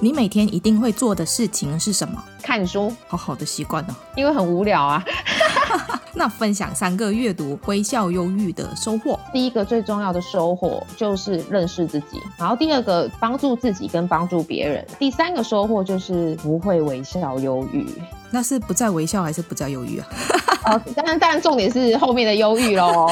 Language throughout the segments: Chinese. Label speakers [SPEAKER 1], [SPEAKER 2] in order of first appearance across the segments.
[SPEAKER 1] 你每天一定会做的事情是什么？
[SPEAKER 2] 看书，
[SPEAKER 1] 好好的习惯哦。
[SPEAKER 2] 因为很无聊啊。
[SPEAKER 1] 那分享三个阅读《微笑忧郁》的收获。
[SPEAKER 2] 第一个最重要的收获就是认识自己，然后第二个帮助自己跟帮助别人，第三个收获就是不会微笑忧郁。
[SPEAKER 1] 那是不再微笑还是不再忧郁啊？
[SPEAKER 2] 呃，当然，当然，重点是后面的忧郁喽。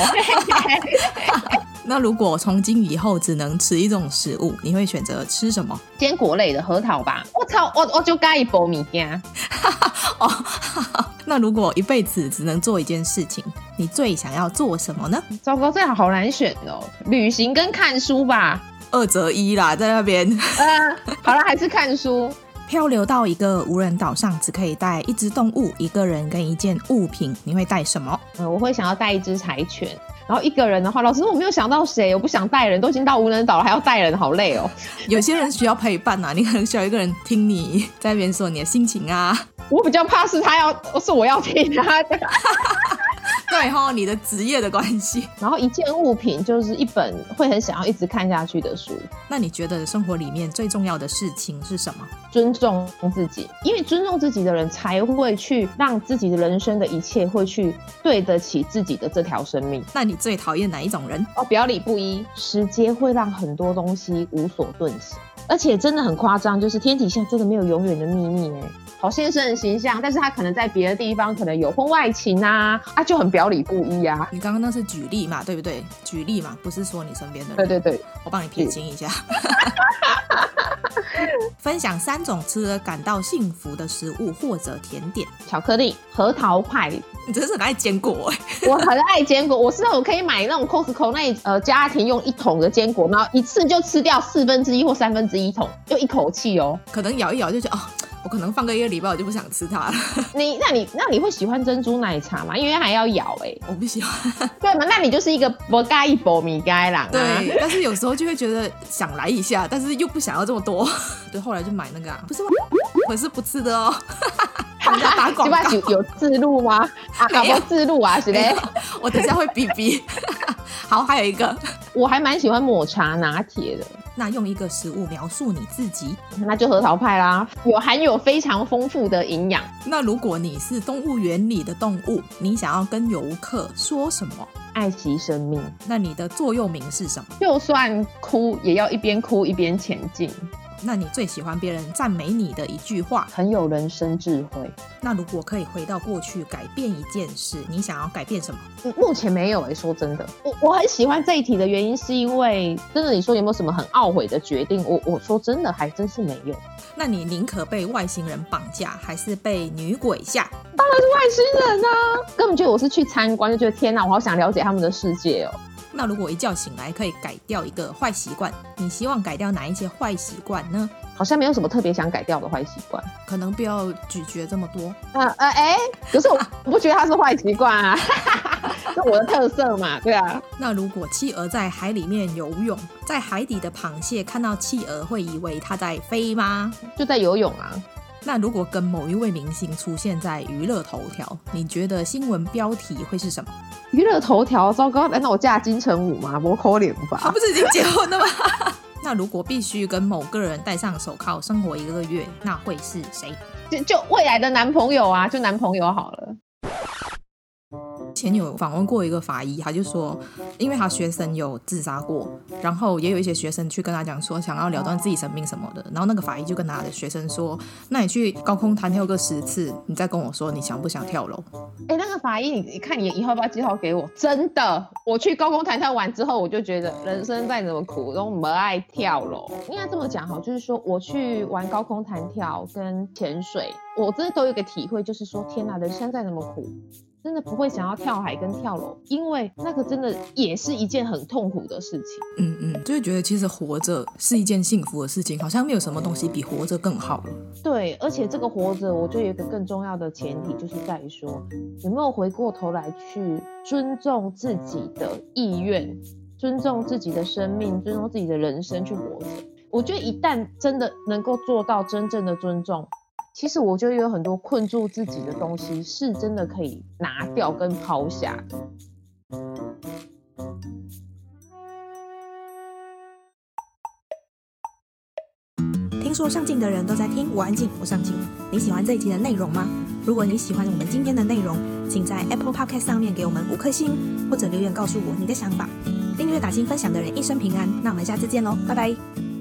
[SPEAKER 1] 那如果从今以后只能吃一种食物，你会选择吃什么？
[SPEAKER 2] 坚果类的核桃吧，我操，我我就该一波米啊干。
[SPEAKER 1] 哦，那如果一辈子只能做一件事情，你最想要做什么呢？
[SPEAKER 2] 糟糕，这好难选哦，旅行跟看书吧。
[SPEAKER 1] 二择一啦，在那边
[SPEAKER 2] 呃，好了，还是看书。
[SPEAKER 1] 漂流到一个无人岛上，只可以带一只动物、一个人跟一件物品，你会带什么？
[SPEAKER 2] 嗯，我会想要带一只柴犬。然后一个人的话，老师我没有想到谁，我不想带人，都已经到无人岛了，还要带人，好累哦。
[SPEAKER 1] 有些人需要陪伴啊，你可能需要一个人听你在那边说你的心情啊。
[SPEAKER 2] 我比较怕是他要，是我要听他的。
[SPEAKER 1] 对哈、你的职业的关系。
[SPEAKER 2] 然后一件物品就是一本会很想要一直看下去的书。
[SPEAKER 1] 那你觉得生活里面最重要的事情是什么？
[SPEAKER 2] 尊重自己，因为尊重自己的人才会去让自己的人生的一切会去对得起自己的这条生命。
[SPEAKER 1] 那你最讨厌哪一种人？
[SPEAKER 2] 哦，表里不一，时间会让很多东西无所遁形，而且真的很夸张，就是天底下真的没有永远的秘密哎、好先生的形象，但是他可能在别的地方可能有婚外情啊，啊就很表里不一啊。
[SPEAKER 1] 你刚刚那是举例嘛，对不对？举例嘛，不是说你身边的人。
[SPEAKER 2] 对对对，
[SPEAKER 1] 我帮你撇清一下。嗯 分享三种吃了感到幸福的食物或者甜点。
[SPEAKER 2] 巧克力、核桃派，
[SPEAKER 1] 你真是很爱坚果哎、
[SPEAKER 2] 我很爱坚果，我是我可以买那种 Costco 那呃家庭用一桶的坚果，然后一次就吃掉四分之一或三分之一桶，就一口气 哦。
[SPEAKER 1] 可能咬一咬就觉得哦，我可能放个一个礼拜我就不想吃它了，
[SPEAKER 2] 你那你那你会喜欢珍珠奶茶吗？因为还要咬哎、
[SPEAKER 1] 我不喜欢。
[SPEAKER 2] 对嘛？那你就是一个不该一波米该郎啊。
[SPEAKER 1] 对，但是有时候就会觉得想来一下，但是又不想要这么多， 对，后来就买那个啊，不是我， 我是不吃的哦，人家 打广
[SPEAKER 2] 这
[SPEAKER 1] 告
[SPEAKER 2] 把，有有自录吗？啊，搞
[SPEAKER 1] 没有
[SPEAKER 2] 不好自录啊，是嘞。
[SPEAKER 1] 我等一下会比比。 好，还有一个，
[SPEAKER 2] 我还蛮喜欢抹茶拿铁的，
[SPEAKER 1] 那用一个食物描述你自己。
[SPEAKER 2] 那就核桃派啦，有含有非常丰富的营养。
[SPEAKER 1] 那如果你是动物园里的动物，你想要跟游客说什么？
[SPEAKER 2] 爱惜生命，
[SPEAKER 1] 那你的座右铭是什么？
[SPEAKER 2] 就算哭也要一边哭一边前进，
[SPEAKER 1] 那你最喜欢别人赞美你的一句话？
[SPEAKER 2] 很有人生智慧。
[SPEAKER 1] 那如果可以回到过去改变一件事，你想要改变什么？
[SPEAKER 2] 嗯目前没有诶、说真的，我我很喜欢这一题的原因是因为，真的你说有没有什么很懊悔的决定？我我说真的还真是没有。
[SPEAKER 1] 那你宁可被外星人绑架，还是被女鬼吓？
[SPEAKER 2] 外星人啊，根本就我是去参观，就觉得天哪，我好想了解他们的世界哦。
[SPEAKER 1] 那如果一觉醒来可以改掉一个坏习惯，你希望改掉哪一些坏习惯呢？
[SPEAKER 2] 好像没有什么特别想改掉的坏习惯。
[SPEAKER 1] 可能不要咀嚼这么多。
[SPEAKER 2] 呃呃，哎、可是我我不觉得它是坏习惯啊， 这我的特色嘛，对啊。
[SPEAKER 1] 那如果企鹅在海里面游泳，在海底的螃蟹看到企鹅会以为它在飞吗？
[SPEAKER 2] 就在游泳啊，
[SPEAKER 1] 那如果跟某一位明星出现在娱乐头条，你觉得新闻标题会是 什么？
[SPEAKER 2] 娱乐头条，糟糕，难哎道我嫁金城武吗？我可怜
[SPEAKER 1] 他
[SPEAKER 2] 吧。
[SPEAKER 1] 啊不是已经结婚了吗？ 那如果必须跟某个人戴上手铐生活一个月，那会是谁？
[SPEAKER 2] 就就未来的男朋友啊，就男朋友好了。
[SPEAKER 1] 前有访问过一个法医，他就说，因为他学生有自杀过，然后也有一些学生去跟他讲说想要了断自己生命什么的，然后那个法医就跟他的学生说，那你去高空弹跳个十次，你再跟我说你想不想跳楼？
[SPEAKER 2] 哎、那个法医，你你看你以后要不要介绍给我？真的，我去高空弹跳完之后，我就觉得人生再怎么苦都没爱跳楼。应该这么讲好，就是说我去玩高空弹跳跟潜水，我真的都有一个体会，就是说天哪，人生再怎么苦，真的不会想要跳海跟跳楼，因为那个真的也是一件很痛苦的事情。
[SPEAKER 1] 嗯嗯，就会觉得其实活着是一件幸福的事情，好像没有什么东西比活着更好了。
[SPEAKER 2] 对，而且这个活着，我觉得有一个更重要的前提，就是在于说，有没有回过头来去尊重自己的意愿，尊重自己的生命，尊重自己的人生去活着。我觉得一旦真的能够做到真正的尊重，其实我觉得有很多困住自己的东西，是真的可以拿掉跟抛下的
[SPEAKER 1] 听
[SPEAKER 3] 听说上镜的人都在听，我安静，我上镜。你喜欢这一集的内容吗？如果你喜欢我们今天的内容，请在 Apple Podcast 上面给我们五颗星，或者留言告诉我你的想法。订阅、打新、分享的人一生平安。那我们下次见喽，拜拜。